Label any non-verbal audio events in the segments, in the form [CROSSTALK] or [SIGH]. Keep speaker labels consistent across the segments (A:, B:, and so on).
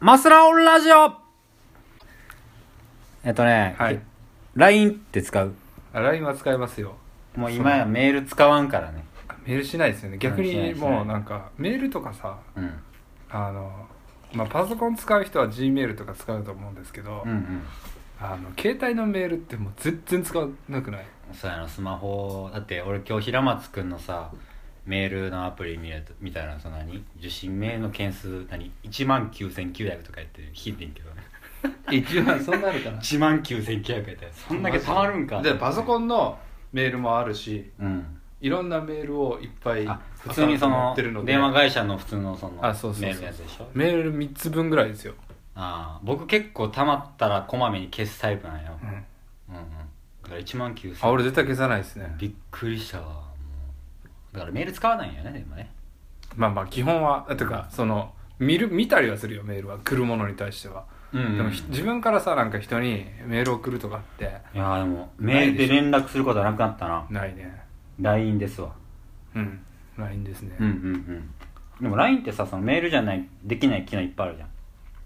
A: マスラオンラジオえっとね、
B: はい。
A: LINE って使う
B: あ、LINE は使えますよ。
A: もう今やメール使わんからね
B: メールしないですよね。逆
A: しない
B: に
A: しない
B: もうなんか、メールとかさ、
A: うん
B: あの、まあ、パソコン使う人は G メールとか使うと思うんですけど、
A: うんうん
B: あの携帯のメールってもう全然使わ
A: [LAUGHS]
B: なくない
A: そうやなスマホだって俺今日平松くんのさメールのアプリ見れたみたいなその何受信メールの件数何1万9900とかやって引いてんけど
B: [LAUGHS] 一番そんなあるか
A: 1万9900やったらそんだけたまるんか
B: でパソ
A: ン
B: コンのメールもあるし
A: うん
B: いろんなメールをいっぱい
A: あ普通にそ
B: 持
A: の
B: ってるで
A: 電話会社の普通のそのメ
B: あそうそ
A: ー
B: うそう
A: ルのやつでしょ
B: メール3つ分ぐらいですよ、
A: ああ僕結構たまったらこまめに消すタイプなんよ、
B: うん
A: うんうんだから1万9000
B: あ俺絶対消さないですね
A: びっくりしたわもうだからメール使わないんよねでもね
B: まあまあ基本はてかその見る見たりはするよメールは来るものに対しては、
A: うん、
B: でも
A: い
B: ひ自分からさなんか人にメール送るとかって
A: やーでもメールで連絡することはなくなったな
B: ないね
A: LINE ですわ
B: うん LINE ですね、
A: うんうんうんでも LINE ってさそのメールじゃないできない機能いっぱいあるじゃ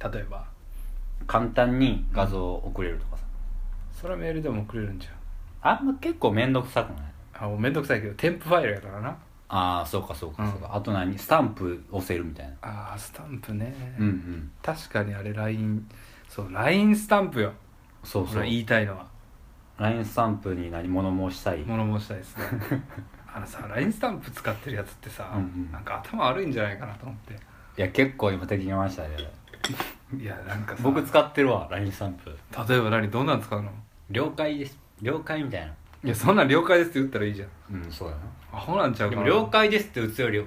A: ん
B: 例えば
A: 簡単に画像を送れるとかさ、
B: それはメールでも送れるんじゃ
A: あんま結構面倒くさくない
B: んあもうめんどくさいけど添付ファイルやからな
A: ああそうかそうか
B: うん
A: そうか、あと何スタンプ押せるみたいな
B: あースタンプね、
A: うんうん
B: 確かにあれ LINE そう LINE スタンプよ
A: そう
B: 俺
A: そう
B: は言いたいのは
A: LINE スタンプに何物申したい
B: 物申したいです
A: [LAUGHS]
B: ねあのさ LINE スタンプ使ってるやつってさ、
A: うんうん
B: なんか頭悪いんじゃないかなと思って
A: いや結構今敵きましたね
B: いやなんかさ
A: 僕使ってるわ LINE スタンプ
B: 例えば何どんなん使うの
A: 了解です了解みたいない
B: やそんなん了解ですって打ったらいいじゃん
A: うんそうだな
B: アホなんちゃう
A: で
B: か
A: も
B: な
A: 了解ですって打つより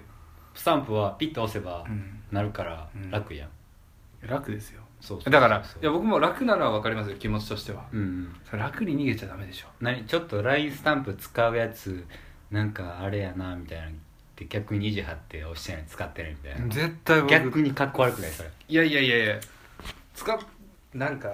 A: スタンプはピッと押せば
B: うん
A: なるから
B: うん
A: 楽やん、
B: 楽ですよ
A: そうそうそう
B: だから
A: そう
B: いや僕も楽なのは分かりますよ気持ちとしては、
A: うんうん
B: それ楽に逃げちゃダメでしょ
A: 何ちょっと LINE スタンプ使うやつなんかあれやなみたいなって逆に意地張って押してない使ってないみたいな
B: 絶対僕
A: 逆にかっこ悪くないそれ
B: いやいやいやいや使っなんか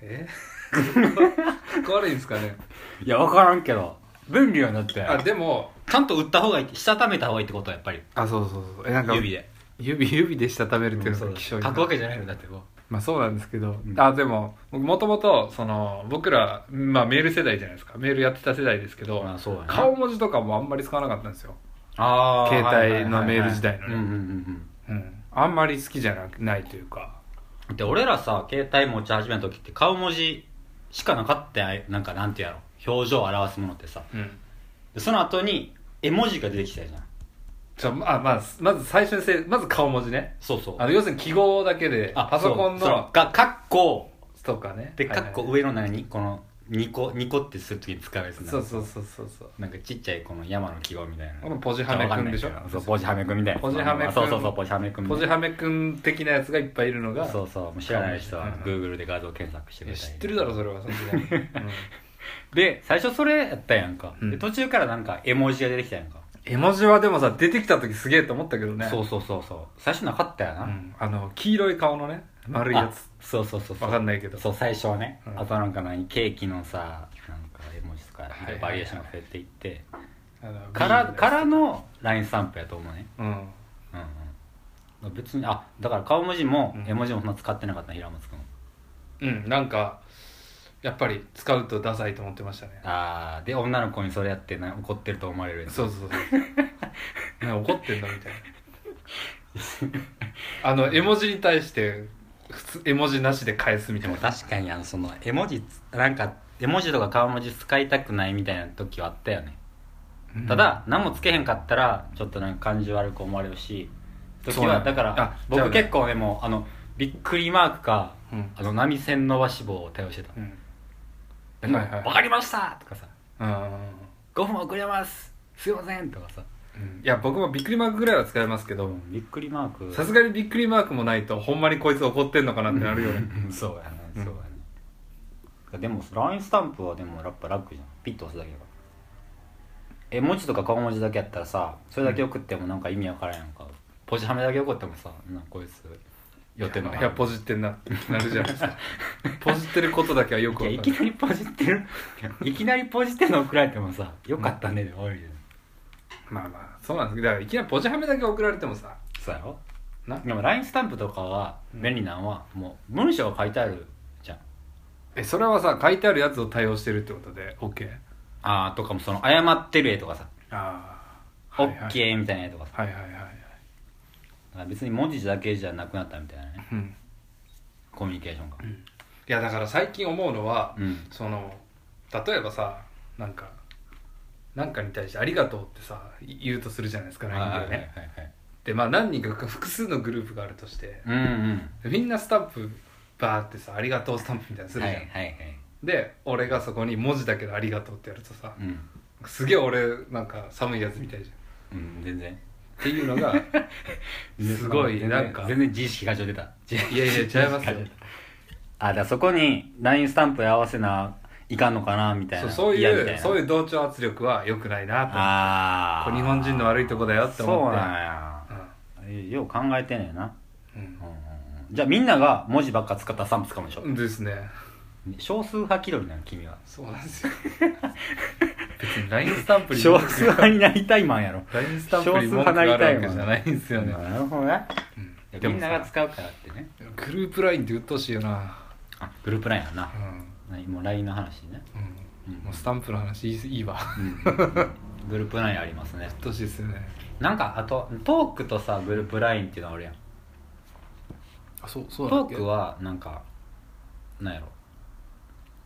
B: え [LAUGHS] こ悪いんですかね
A: いや分からんけど便利やなって
B: あでも
A: ちゃんと打った方がいいしたためた方がいいってことはやっぱり
B: あそうそうそうえなんか
A: 指で
B: 指指でしたためるっていう
A: そ
B: の
A: う
B: が
A: だ
B: 希
A: 書
B: 少に
A: くわけじゃないのだっても
B: まあそうなんですけど、
A: うん
B: あでも僕もともとその僕ら、まあ、メール世代じゃないですかメールやってた世代ですけど、
A: あそうやな
B: 顔文字とかもあんまり使わなかったんですよ、
A: あー
B: 携帯のメール時代のね
A: はいはいはいはいうんうんうん
B: うん、あんまり好きじゃなくないというか
A: うんで俺らさ携帯持ち始めた時って顔文字しかなかったやんなんかなんてやろ表情を表すものってさ
B: うん
A: でその後に絵文字が出てきたじゃん
B: じゃあまあまあまず最初にせまず顔文字ね
A: そうそう
B: あの要するに記号だけで
A: あ
B: パソコン
A: そうそう
B: の
A: がカッコ
B: とかね
A: で
B: は
A: カ
B: いはい
A: ッコ上の何このニコニコってする時に使うやつな
B: そうそうそうそうそう
A: なんかちっちゃいこの山の記号みたい
B: この
A: な
B: ポジハメくんでしょ
A: わかないけどそうポジハメくんみたいな
B: ポジハメくん
A: そうそうそうポジハメくんみた
B: ポ
A: い
B: ジ
A: な
B: ハメくん的なやつがいっぱいいるのが
A: そうそうもう知らない人は
B: うん
A: Google で画像検索して
B: い
A: く
B: や
A: ださ
B: 知
A: い
B: ってるだろそれはその
A: [LAUGHS]
B: 時代、うん
A: で最初それやったやんか、
B: うん
A: で途中からなんか絵文字が出てきたやんか、
B: 絵文字はでもさ出てきた時すげえと思ったけどね
A: そうそうそうそう最初なかったよな、
B: うんあの黄色い顔のね丸いや
A: あ
B: つ
A: そうそうそうそう
B: わかんないけど
A: そう最初はね、
B: うん
A: あとなんか何ケーキのさなんか絵文字とか
B: いはいはい
A: バリエーションが増えていって、
B: あの
A: からか
B: ビ
A: らの LINE スタンプやと思うね
B: ールのやつ
A: うんうん別にあだから顔文字も
B: うん
A: 絵文字もそんな使ってなかった平松君
B: うんうんなんかやっぱり使うとダサいと思ってましたね
A: ああで女の子にそれやってな怒ってると思われるやつ
B: そうそうそう [LAUGHS] なんか怒ってんのみたいなあの絵文字に対して普通絵文字なしで返すみ
A: で
B: たい
A: も
B: な
A: 確かにあのその絵文字つなんか絵文字とか顔文字使いたくないみたいな時はあったよね、
B: うん
A: ただ何もつけへんかったらちょっとなんか感じ悪く思われるし時
B: そうな
A: は
B: ん
A: だ
B: だ
A: から
B: あじゃあ
A: 僕
B: ね
A: 結構でもあのびっくりマークか
B: うん
A: あの波線伸ばし棒を対応してた
B: うん
A: 「だから
B: はいはい
A: わかりました!」とかさ
B: うん
A: 「5分遅れますすいません!」とかさ
B: うんいや僕もびっくりマークぐらいは使えますけど
A: びっくりマーク
B: さすがにびっくりマークもないとほんまにこいつ怒ってんのかなってなるよね
A: うんそうやな、
B: うん
A: そうやなでも LINE スタンプはでもやっぱ楽じゃんピッと押すだけだから絵文字とか顔文字だけやったらさそれだけ送ってもなんか意味わからんやんかポジハメだけ送ってもさなんかこいつ予定の
B: いやポジってん [LAUGHS] なってなるじゃないですかポジってることだけはよく
A: いや
B: わ
A: い
B: か
A: き
B: る
A: なりポジってる [LAUGHS] いきなりポジってんの送られてもさ「よかったね」で終わるじゃん
B: まあまあそうなんですけどだからいきなりポジハメだけ送られてもさ
A: そうやろ
B: な
A: でも LINE スタンプとかは
B: うん
A: 便利なのはもう文章が書いてあるじゃん
B: えそれはさ書いてあるやつを対応してるってことで OK
A: あーとかもその謝ってる絵とかさ
B: ああ
A: オッケーみたいな絵とかさ
B: はいはいはいはい、
A: だから別に文字だけじゃなくなったみたいなね
B: うん、
A: コミュニケーションが
B: いやだから最近思うのは、
A: うん
B: その例えばさなんかなんかに対して「ありがとう」ってさ言うとするじゃないですか LINE でね、
A: はいはい
B: でまあ何人か複数のグループがあるとして
A: うんうん
B: みんなスタンプバーってさ「ありがとう」スタンプみたいなのする
A: は
B: じ
A: い
B: ゃん、
A: はいはい
B: で俺がそこに文字だけど「ありがとう」ってやるとさ
A: うん、
B: すげえ俺なんか寒いやつみたいじゃん
A: うん、全然
B: っていう
A: [LAUGHS]
B: のがすごい
A: 全然
B: なんか
A: 全然自意識過剰出た
B: いやいや違いますよ
A: あだからそこに LINE スタンプ合わせないかんのかなみたい
B: そう
A: な
B: そう
A: 嫌
B: い
A: みたいうな
B: そういう同調圧力は良くないな
A: あ
B: と
A: あ
B: 日本人の悪いとこだよって思
A: そう
B: って
A: なんやよう考えてんねんな、
B: うん
A: うんうんうん、じゃあみんなが文字ばっか使ったらスタンプ使うんでしょ、
B: うんですね
A: 少数派気取りなの君は
B: そうなんで
A: [LAUGHS]
B: すよ別に LINE スタンプに
A: 少数派になりたいマンやろ
B: LINE スタンプに文句があるわけじゃないんですよね、
A: なるほどね
B: うん、
A: みんなが
B: さ
A: 使うからってね
B: グループ LINE ってうっとうしいよな
A: あグループ LINE やな
B: う、ん
A: 何もう LINE の話ね
B: うんもうスタンプの話いいいいわ
A: うん [LAUGHS] グループ LINE ありますね
B: うっとうしいですよね
A: なんかあとトークとさグループ LINE っていうのあるやん
B: あそうそ
A: トークはなんかなんやろ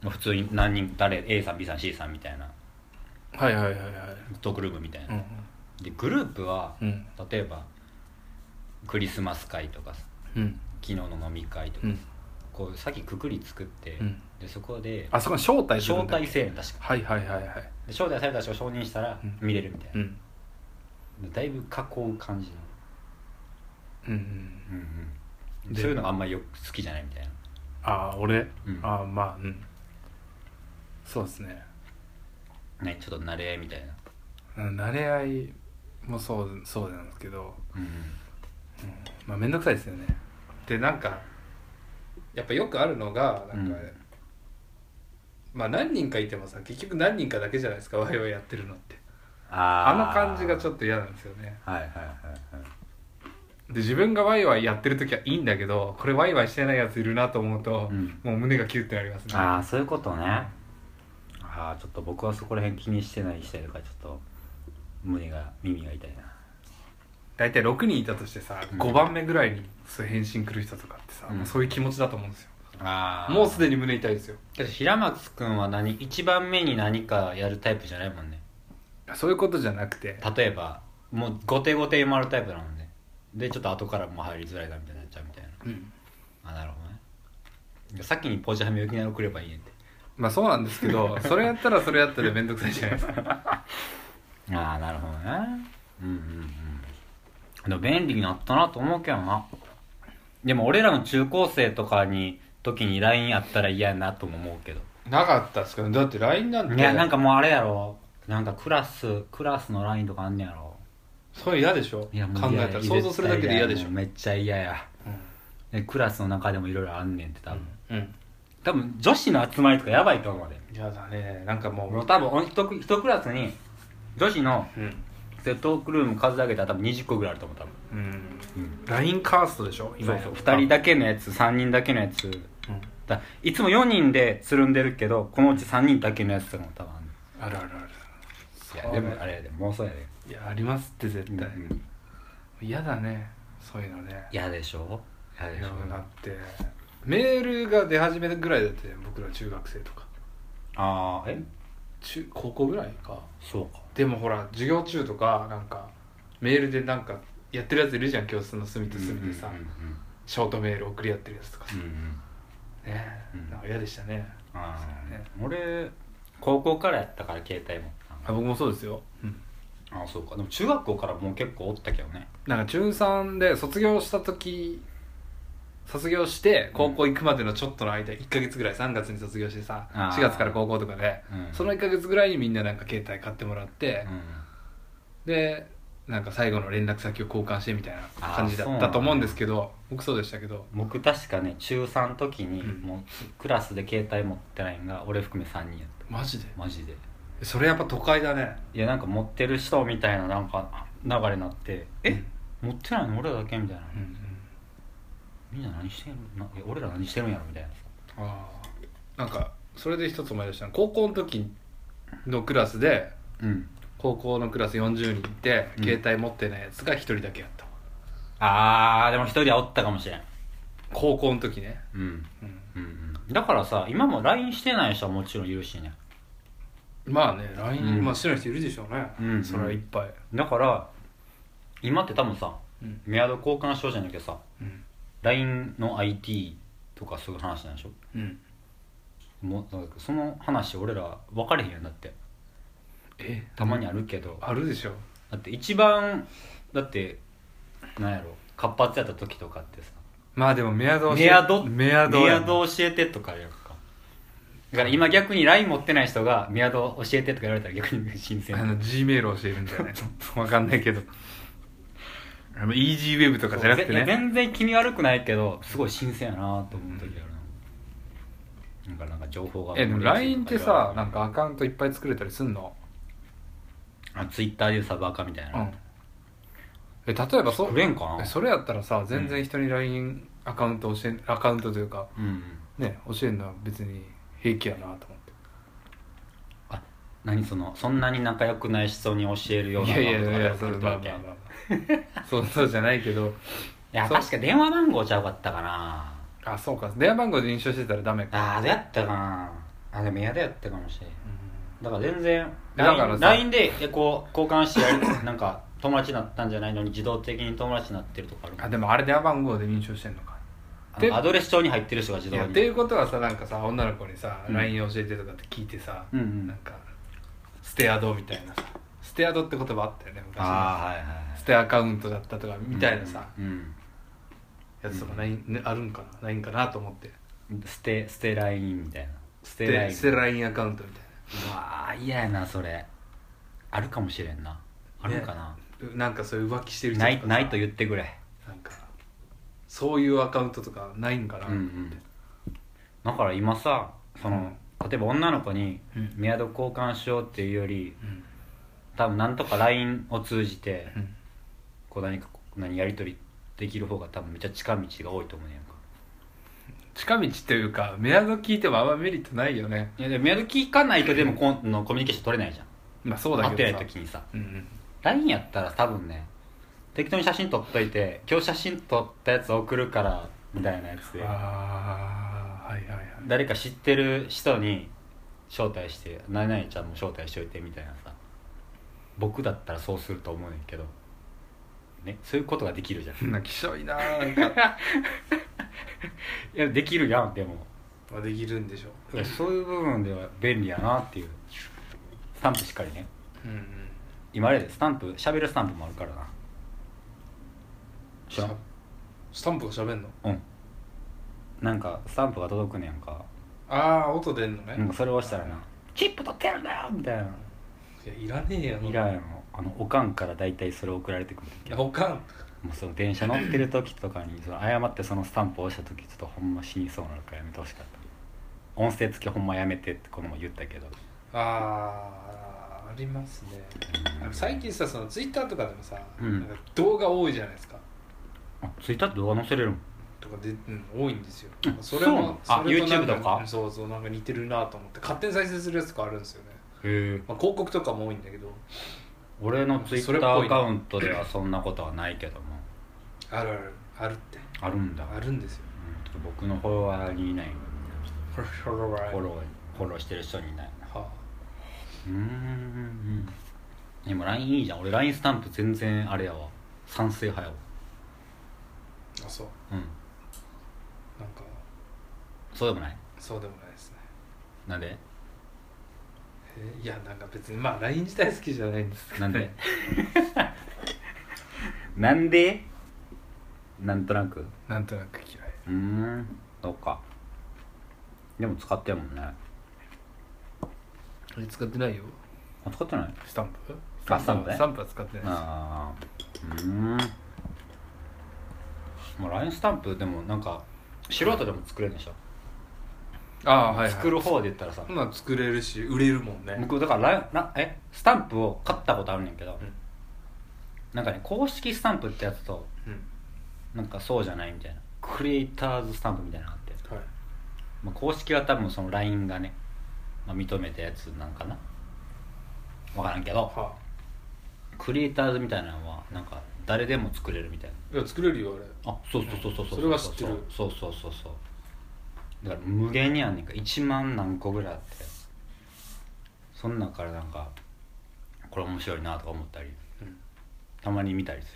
A: まあ普通に何人誰 A さん B さん C さんみたいな
B: はいはいはいはい
A: トークルームみたいな、
B: ん
A: でグループは
B: うん
A: 例えばクリスマス会とかさ
B: うん
A: 昨日の飲み会とか、
B: うん
A: こうさっきくくり作って、
B: うん
A: でそこで
B: あそこに招待する
A: 招
B: んだ
A: 待制の確か
B: はいはいはいはい
A: で招待された人を承認したら
B: うん
A: 見れるみたいな
B: う、ん
A: でだいぶ囲う感じの、
B: うんうんで
A: そういうのがあんまりよく好きじゃないみたいな
B: ああ俺、
A: うん
B: ああまあうんそうですね
A: ねちょっと慣れみたいな、
B: うん慣れ合いもそうそうなんですけど、
A: うん
B: うんまあ面倒くさいですよねでなんかやっぱよくあるのがなんか、
A: うん
B: まあ何人かいてもさ結局何人かだけじゃないですかワイワイやってるのって
A: あ
B: あの感じがちょっと嫌なんですよね
A: とはいはいはいはい
B: で自分がワイワイやってる時はいいんだけどこれワイワイしてないやついるなと思うと、
A: うん
B: もう胸がキュッてなりますね
A: ああそういうことねああちょっと僕はそこら辺気にしてない人やからちょっと胸が耳が痛いな
B: 大体6人いたとしてさ
A: うん
B: 5番目ぐらいにそう返信来る人とかってさ、
A: うん
B: もうそういう気持ちだと思うんですよ
A: あ
B: もうすでに胸痛いですよ
A: に平松君は何一番目に何かやるタイプじゃないもんね
B: そういうことじゃなくて
A: 例えばもう後手後手に回るタイプなのででちょっと後からもう入りづらいなみたいになっちゃうみたいな
B: うん
A: あなるほどねいや先にポジハメをいきなり送ればいいねって
B: まあそうなんですけどそれやったらそれやったら面倒くさいじゃないで
A: [LAUGHS]
B: すか
A: ああなるほどねうんうんうんでも便利になったなと思うけどなでも俺らの中高生とかに時に LINE あったら嫌やなとも思うけど
B: なかったっすかだって LINE なんて
A: いやなんかもうあれやろなんかクラスクラスの LINE とかあんねやろ
B: それ嫌でしょ
A: いやもう
B: 考え
A: 嫌や
B: たら想像するだけで嫌でし
A: 絶対や
B: ょ
A: もうめっちゃ嫌やでクラスの中でもいろいろあんねんって多分、
B: うん、うん、
A: 多分女子の集まりとかやばいと思うで
B: 嫌だねなんか
A: も
B: も
A: う多分一ク一クラスに女子の
B: ううん、
A: セットークルーム数だけたら多分20個ぐらいあると思う多分
B: うん、
A: うん
B: LINE カーストでしょ
A: そう
B: や
A: そう2人だけのやつ3人だけのやつ
B: うん
A: だいつも4人でつるんでるけどこのうち3人だけのやつとかも多分あんねん
B: あるあるある
A: いやでもあれやで妄想やで
B: いやありますって絶対
A: うん
B: 嫌、だねそういうのね
A: 嫌でしょ嫌でしょ
B: だってメールが出始めぐらいだって僕ら中学生とか
A: ああえ
B: 中高校ぐらいか
A: そうか
B: でもほら授業中とかなんかメールでなんかやってるやついるじゃん教室の隅と隅でさ、
A: うんうん
B: ショートメール送り合ってるやつとかさ、
A: うんうんうん
B: ね
A: うん
B: なんか嫌でしたね
A: あー
B: そうやね
A: 俺高校からやったから携帯持ったの
B: あ僕もそうですよ、うん、
A: ああそうかでも中学校からもう結構おったけどね
B: なんか中3で卒業した時卒業して高校行くまでのちょっとの間1か月ぐらい3月に卒業してさ
A: あー
B: 4月から高校とかで、
A: うん
B: その1か月ぐらいにみんななんか携帯買ってもらって、
A: うん
B: でなんか最後の連絡先を交換してみたいな感じだ
A: あーそう
B: っ
A: なん
B: た
A: だ
B: と思うんですけど僕そうでしたけど
A: 僕確かね中3の時に
B: うん
A: もうクラスで携帯持ってないんが俺含め3人やっ
B: マジで
A: たマジで
B: それやっぱ都会だね
A: いやなんか持ってる人みたいななんか流れになってえ、
B: うん
A: 持ってないの俺らだけみたいな、
B: うんうん
A: みんな何してんのなえ俺ら何してるんやろみたいなさ
B: ああなんかそれで一つ思い出したの高校の時のクラスで
A: うん
B: 高校のクラス40人いて、
A: うん
B: 携帯持ってないやつが一人だけやったわ
A: あーでも一人はおったかもしれん
B: 高校の時ね、
A: うん
B: うん、
A: うんうんだからさ今も LINE してない人はもちろんいるしね
B: まあね LINE、
A: うん
B: まあ、してない人いるでしょうね、
A: うん
B: それはいっぱい、
A: だから今って多分さ
B: うん
A: メアド交換しようじゃなくてさ
B: うん、
A: LINE の IT とかそういう話なんでしょ
B: うん、
A: もうなんかその話俺ら分かれへんやんだって
B: え
A: たまにあるけど、
B: あるでしょ
A: だって一番だってなんやろ活発やった時とかってさ
B: まあでもメアドは
A: メアド
B: メアド
A: メ
B: や
A: アド教えてとかやんかだから今逆に LINE 持ってない人がメアド教えてとか言われたら逆に新鮮
B: あの G メール教えるんじゃないわかんないけどあの EasyWeb とかじゃなくて
A: そうぜいや
B: ね
A: 全然気味悪くないけどすごい新鮮やなと思う時あるな,、なんかなんか情報が
B: えでも LINE ってさなんかアカウントいっぱい作れたりすんの
A: あ Twitter でいうサブアカみたいな、
B: うんえ例えばそ
A: くれんかな
B: えそれやったらさ全然人に LINE アカウント教えアカウントというか
A: うんうん
B: ね教えるのは別に平気やなと思って
A: あ何そのそんなに仲良くない人に教えるような
B: やいやいやそ
A: そ
B: れ
A: れ
B: まあまあまあそうそうじゃないけど
A: いや
B: そう
A: 確か電話番号ちゃうかったかな
B: あそうか電話番号で認証してたらダメか
A: ああどうやったかなあでも嫌だやったかもしれん
B: うん
A: だから全然
B: だ
A: LINE,
B: からさ
A: LINE でえこう交換してやるなんか友達になったんじゃないのに自動的に友達になってるとかある
B: あでもあれ電話番号で認証してんのか
A: あ
B: で
A: のアドレス帳に入ってる人が自
B: い
A: 動
B: や
A: に
B: っていうことはさなんかさ女の子にさ
A: うん
B: LINE 教えてとかって聞いてさ
A: うんう
B: なん
A: ん
B: かステアドみたいなさステアドって言葉あったよね昔
A: ああはいはいはい
B: ステアカウントだったとかみたいなさ
A: うん、
B: やつとか LINE ねあるんかなないんかなと思って
A: うん、捨て捨て LINE みたいな捨て
B: で
A: LINE
B: ステ LINE アカウントみたいう
A: わあ嫌やなそれあるかもしれんなあるんかな、
B: ななんかそういう浮気してる人
A: な
B: とか
A: い
B: さ
A: ないと言ってくれ
B: なんかそういうアカウントとかないんかな
A: うんうんだから今さその、例えば女の子に
B: うん
A: メアド交換しようっていうより
B: うん
A: 多分なんとか LINE を通じて
B: うん
A: こう何か何やり取りできる方が多分めっちゃ近道が多いと思うねんか
B: 近道というかメアド聞いてもあんまメリットないよね
A: いやでもメアド聞かないとでもこのコミュニケーション取れないじゃん
B: まあそうだ
A: 会っ
B: け
A: てな
B: どさ
A: い時にさ
B: うんうん、
A: LINE やったら多分ね適当に写真撮っといて今日写真撮ったやつ送るからみたいなやつで
B: ああはいはいはい
A: 誰か知ってる人に招待して「何々ちゃんも招待しといて」みたいなさ僕だったらそうすると思うねんけどねそういうことができるじゃんい
B: なんかきしょいななんか
A: やできるやんでも
B: まあできるんでしょ
A: いやそういう部分では便利やなっていうスタンプしっかりね
B: うんうん
A: 今あれでスタンプ喋るスタンプもあるからなし
B: しゃ
A: ょ
B: スタンプが喋んの
A: うんなんかスタンプが届くねやんか
B: ああ音出んのね、
A: なんかそれを押したらな「チップ取ってやるんだよ!」みたいない
B: やいらねえやろ
A: イランのあのおかんから大体それ送られてくるんだ
B: い
A: け
B: や
A: ど
B: ほかん
A: もうその電車乗ってる時とかにその誤ってそのスタンプを押した時ちょっとほんま死にそうなるからやめてほしかった音声付きほんまやめてってこのも言ったけど
B: ああありますね最近さそのツイッターとかでもさ、
A: うん
B: なんか動画多いじゃないですか
A: あツイッターって動画載せれるもん
B: とかで、うん、多いんですよ
A: うん
B: それも
A: そうなの
B: それとなん
A: YouTube とか
B: うんそうそうなんか似てるなと思って勝手に再生するやつとかあるんですよね、
A: へえ
B: まあ、広告とかも多いんだけど
A: 俺のツイ
B: そ
A: ッ
B: れっ
A: ター
B: ぽい
A: ア
B: な
A: カウントではそんなことはないけども
B: あるあるあるって
A: あるんだ、うん
B: あるんですよ
A: ちょっと僕のフォロワーにいない
B: フォロワー
A: フォローフォローしてる人にいない
B: は
A: うーんでも LINE いいじゃん俺 LINE スタンプ全然あれやわ賛成派やわ
B: ああそう
A: うん
B: なんか
A: そうでもない
B: そうでもないですね
A: なんで
B: えーいやなんか別にまあ LINE 自体好きじゃないんですけど
A: なんでなんでなんとなく
B: なんとなく嫌いう
A: ーんそうかでも使ってんもんね
B: あれ使ってないよ
A: あ使ってない
B: スタンプ
A: あスタンプね
B: スタンプは使ってないです
A: ああうーんもう LINE スタンプでもなんか素人でも作れるでしょ、
B: ああはい、はい、
A: 作る方で言ったらさ
B: まあ作れるし売れるもんね
A: 僕だからラインなえスタンプを買ったことあるねんけど、
B: うん
A: なんかね公式スタンプってやつと
B: うん
A: なんかそうじゃないみたいなクリエイターズスタンプみたいなのがあって、
B: はい
A: まあ、公式は多分その LINE がね、まあ、認めたやつなんかな分からんけど
B: は
A: クリエイターズみたいなのはなんか誰でも作れるみたいない
B: や作れるよあれ
A: あそうそうそうそうそう
B: それは知ってる
A: そうそうそうそうだから無限にあんねんか1万何個ぐらいあってそん中からなんかこれ面白いなとか思ったり、
B: うん
A: たまに見たりす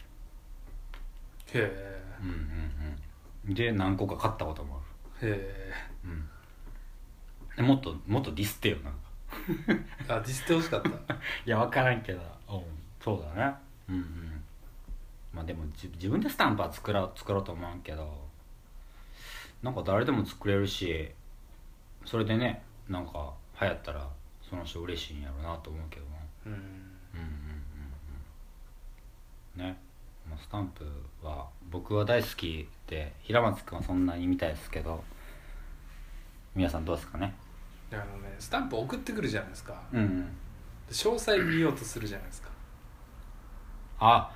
A: る
B: へえ
A: うんうんうんで何個か買ったことも
B: へえ
A: あるうんでもっともっとディスってよなんか
B: あディスってほしかった
A: いや分からんけど、うん、そうだねうんうんまあでもじ自分でスタンプは作ろう作ろうと思うんけどなんか誰でも作れるしそれでねなんか流行ったらその人嬉しいんやろうなと思うけどな
B: うん
A: うんうんうんうんね、まあ、スタンプは僕は大好きで平松君はそんなに見たいですけど皆さんどうですかね
B: あのねスタンプ送ってくるじゃないですか
A: うん、うん、
B: で詳細見ようとするじゃないですか
A: あ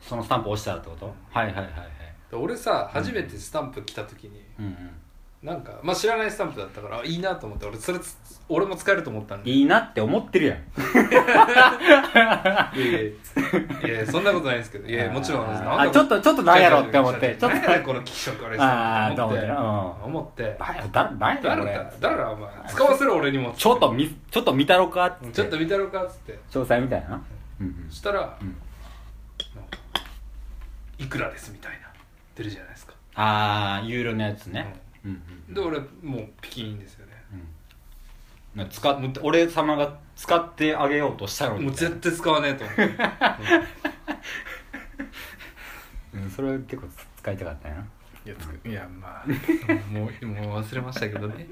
A: そのスタンプ押したらってこと、
B: うん
A: はいはいはいはい
B: で俺さ初めてスタンプ来た時に、
A: うん
B: なんか、まあ、知らないスタンプだったからあいいなと思って俺それつ俺も使えると思ったん
A: うん
B: で
A: いいなって思ってるやん
B: いやいやいやいやそんなことないんですけどいやいやもちろんなん
A: あ
B: か
A: あちょっとちょっとなんやろって思って
B: ち
A: ち
B: ょ
A: ょっ
B: っと
A: と
B: 何やねんこの気色悪
A: あ
B: いさ
A: あどうもね
B: 思って
A: うんだなんや
B: 誰
A: ろこ
B: だ
A: れ
B: 誰だお前使わせろ俺にも
A: ちょっとみちょっと見たろかっ
B: うん
A: て
B: ちょっと見たろかっつって
A: 詳細みたいなうんうん
B: そしたら、
A: うん
B: なんかいくらですみたいな出るじゃないですか、
A: ああユーロのやつねうん
B: う
A: うんん
B: で俺もうピキーンですよね
A: うんなんか使っ俺様が使ってあげようとしたのに
B: もう絶対使わねえと思って
A: うんそれは結構使いたかったんやない
B: やつくいやまあ [LAUGHS] もうもう忘れましたけどね、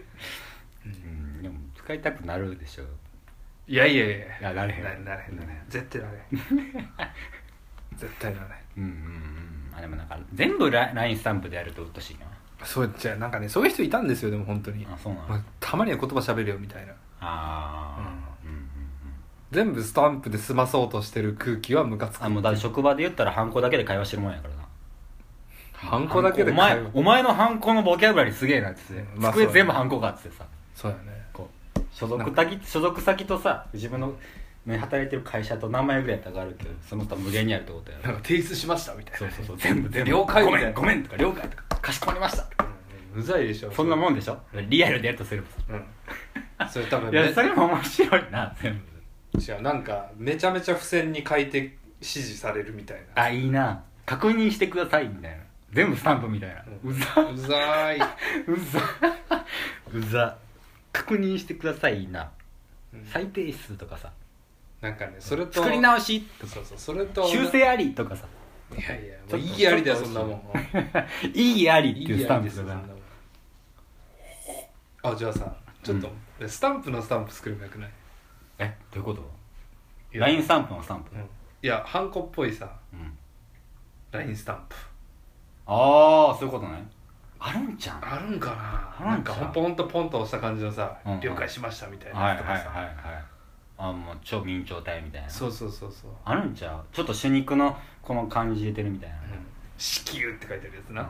B: う
A: うんんでも使いたくなるでしょ
B: いやいやいやい
A: いやなれへん
B: なれなれへんなれへん絶対なれへん [LAUGHS] 絶対なれへん
A: うんうんうんあでもなんか全部ラ LINE スタンプでやるとうっとしいな
B: そうじゃあなんかねそういう人いたんですよでも本当に
A: あそうなの、
B: まあ、たまには言葉喋るよみたいな
A: ああ、うん、うんうん
B: 全部スタンプで済まそうとしてる空気はムカつく
A: あもうだって職場で言ったらハンコだけで会話してるもんやからな
B: ハンコだけで
A: お前
B: 会話
A: お前のハンコのボキャブラリーすげえなっつって、
B: まあ
A: 机
B: そう
A: 全部ハンコかっつってさ
B: そうだね
A: こう所属先所属先とさ自分の、ね、働いてる会社と名前ぐらいやったらあるけどその他無限にあるってことや
B: な
A: ろ
B: [LAUGHS] んか提出しましたみたいな
A: そうそう
B: [LAUGHS]
A: そう全部全部
B: 了解
A: ご
B: みた
A: め
B: いなん
A: ごめんとか了解とかかしこまりました
B: うんうざいでしょ
A: そんなも
B: ん
A: んでしょリアルでやるとすれば
B: うんそれ多分
A: い
B: ね
A: やそれも面白いな全部
B: 違うなんかめちゃめちゃ付箋に書いて指示されるみたいな
A: あいいな確認してくださいみたいな全部スタンプみたいな、うざ
B: うざ [LAUGHS] ーい、
A: うざうざ確認してくださいいな
B: うん
A: 再提出とかさ
B: なんかねそれと
A: 作り直しとか
B: そうそうそれと
A: 修正ありとか [LAUGHS] さ
B: いやいや
A: ちょっ
B: もう
A: と
B: いいありだよそんなもん
A: いいありって
B: い
A: いう
B: い
A: ス
B: あ
A: タ
B: り
A: ン
B: で
A: プ
B: すよそ
A: だな
B: んなもんあじゃあさちょっと、スタンプのスタンプ作ればよくない
A: えどういうこと
B: いや
A: ?LINE スタンプのスタンプ、
B: うんいやハンコっぽいさ
A: うん、
B: ラインスタンプ
A: ああそういうことねあるんじゃん
B: あるんか
A: あ
B: なな
A: る
B: ん
A: んち
B: か
A: ゃう
B: ほんポンとポンと押した感じのさ、
A: うんうん
B: 了解しましたみたいな
A: はい
B: や
A: は
B: つ
A: い
B: と
A: はい
B: か
A: はい
B: さ、
A: あもう超明朝体みたいな
B: そうそうそうそう、
A: あるんちゃうちょっと主肉のこの感じ入れてるみたいな、
B: うん子宮って書いてあるやつ
A: [LAUGHS]
B: な、う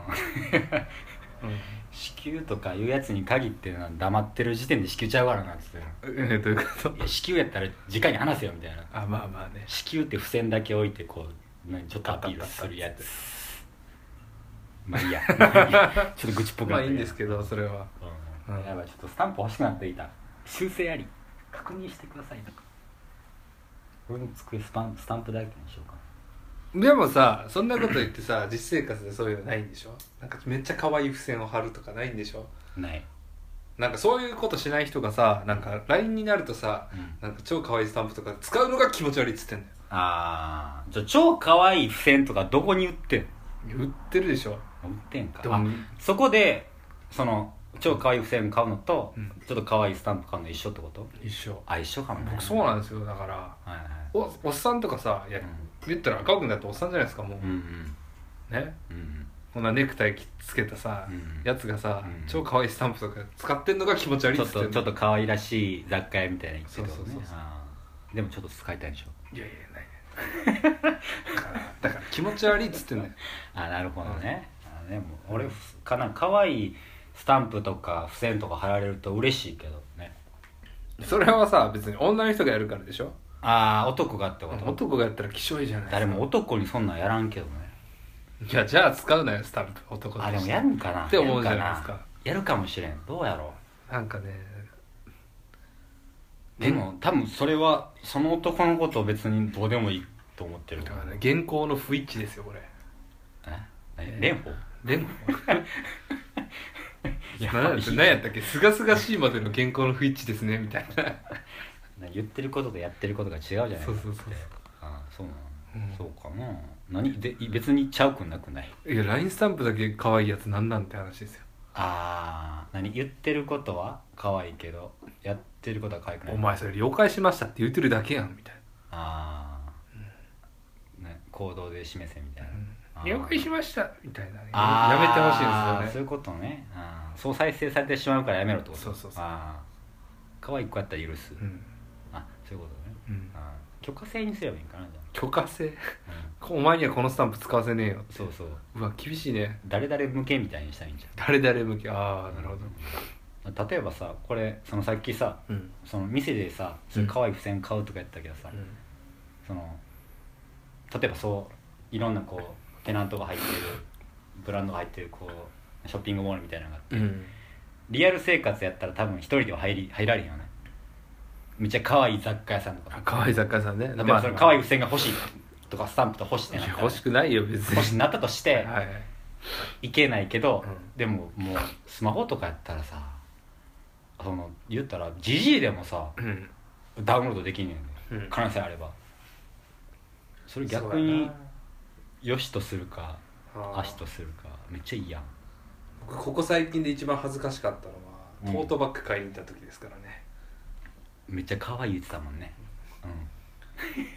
A: 支給とかいうやつに限ってな黙ってる時点で支給ちゃうからなっつって
B: ん、えどういうこと
A: いや支給やったら直に話せよみたいな
B: あまあまあね
A: 支給って付箋だけ置いてこう何ちょっとアピールするやつまあ
B: [LAUGHS]
A: いいやちょっと愚痴っぽく
B: ま
A: なっ
B: あ
A: て
B: いいんですけどそれは
A: うん
B: うん
A: やばいちょっとスタンプ欲しくなっていた修正あり確認してくださいとか俺の机スパンスタンプだらけにしようか
B: でもさそんなこと言っ
A: [LAUGHS]
B: てさ実生活でそういうのないんでしょなんかめっちゃ可愛い付箋を貼るとかないんでしょ
A: なない、
B: なんかそういうことしない人がさなんか LINE になるとさ
A: うん、
B: なんか超可愛いスタンプとか使うのが気持ち悪いっつってんだよ
A: あーじゃあ超可愛い付箋とかどこに売ってん
B: 売ってるでしょ
A: 売ってんか
B: でも
A: あそこでその超可愛い付箋買うのと、
B: うん
A: ちょっと可愛いスタンプ買うの一緒ってこと
B: 一緒
A: あ一緒かもね
B: 僕そうなんですよだから
A: はいはい
B: おおっさんとかさいや言ったら赤尾君だっておっさんじゃないですかもう、
A: うんうん
B: ね
A: うん
B: こんなネクタイつけたさ、
A: うん
B: やつがさ、
A: うん
B: 超可愛いスタンプとか使ってんのが気持ち
A: う
B: 悪
A: ん
B: い
A: ちょ
B: っ
A: っ
B: つって
A: と
B: ん
A: ちょ
B: の
A: っと可愛らしい雑貨屋みたいな言ってること
B: そうそ
A: ね
B: うそうそう
A: あーでもちょっと使いたいでしょ
B: いやいやないだからだから気持ち悪いっつってんのよ
A: あなるほどね、あねもう俺かなんか可愛いスタンプとか付箋とか貼られると嬉しいけどね
B: それはさ別に女の人がやるからでしょ
A: ああ男がってこと
B: 男がやったら希少いじゃない
A: 誰も男にそんなんやらんけどね
B: いやじゃあ使うなよスタンプ男として
A: あでもやるんかな
B: って思うじゃ
A: やる
B: ないですか
A: やるかもしれんどうやろ
B: なんかね
A: うでも多分それはその男のこと別にどうでもいいと思ってる
B: だ
A: か
B: からら
A: ね
B: ね現行の不一致ですよこれ
A: え蓮舫
B: でも
A: [LAUGHS] や
B: 何やった何やったっけすがすがしいまでの現行の不一致ですねみたいな
A: 言ってることとやってることが違うじゃない
B: そうそうそう
A: ああそうな
B: う
A: の
B: ん
A: そうかな何で別にちゃうくなくない
B: そういや LINE スタンプだけ可愛いやつなんなんって話ですよ
A: ああ何言ってることは可愛いけどやってることは可愛くない
B: お前それ了解しましたって言ってるだけやんみたい
A: ああ、ね、行動で示せみたいな、あ
B: な
A: ー
B: 了解しましたみたいなね
A: あ
B: や
A: ー
B: めてほしいんです
A: そうい
B: よね
A: うことねあーそう再生されてしまうからやめろってこと
B: そうそうそう
A: あー可愛い子やったら許す、
B: うん
A: あそういうことね
B: うん
A: あー許可制にすればいいんかなじ
B: 許可制
A: ゃあ、
B: [LAUGHS] お前にはこのスタンプ使わせねえよ
A: うん、そうそう
B: うわ厳しいね
A: 誰々向けみたいにしたらいいんじ
B: 誰々向けああなるほど
A: ゃん例えばさこれそのさっきさ
B: うん
A: その店でさそういう可愛い付箋買うとかやったけどさ、その例えばそういろんなこうテナントが入ってるブランドが入ってるこうショッピングモールみたいなのがあって
B: うん
A: リアル生活やったら多分一人では入り入られへんよねめっちゃ可愛い雑貨屋さんとか
B: 可愛い雑貨屋さんね
A: 例えばそれ可愛い付箋が欲しいとかスタンプとか欲しいって
B: い
A: な
B: や
A: ったら
B: 欲しくないよ別に
A: 欲しくなったとして
B: はい
A: いけないけど、
B: うん
A: でももうスマホとかやったらさその言ったらジジイでもさ
B: うん
A: ダウンロードできんねんね
B: うん
A: 可能性あればそれ逆
B: そう
A: に
B: やな
A: 良しとするか
B: あ
A: 足
B: ー
A: とするかめっちゃいいやん
B: 僕ここ最近で一番恥ずかしかったの
A: うん
B: はトートバッグ買いに行った時ですからね
A: めっちゃ可愛い言ってたもんねう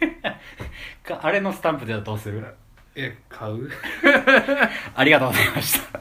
A: ん [LAUGHS] かあれのスタンプではどうする
B: え買う
A: ありがとうございました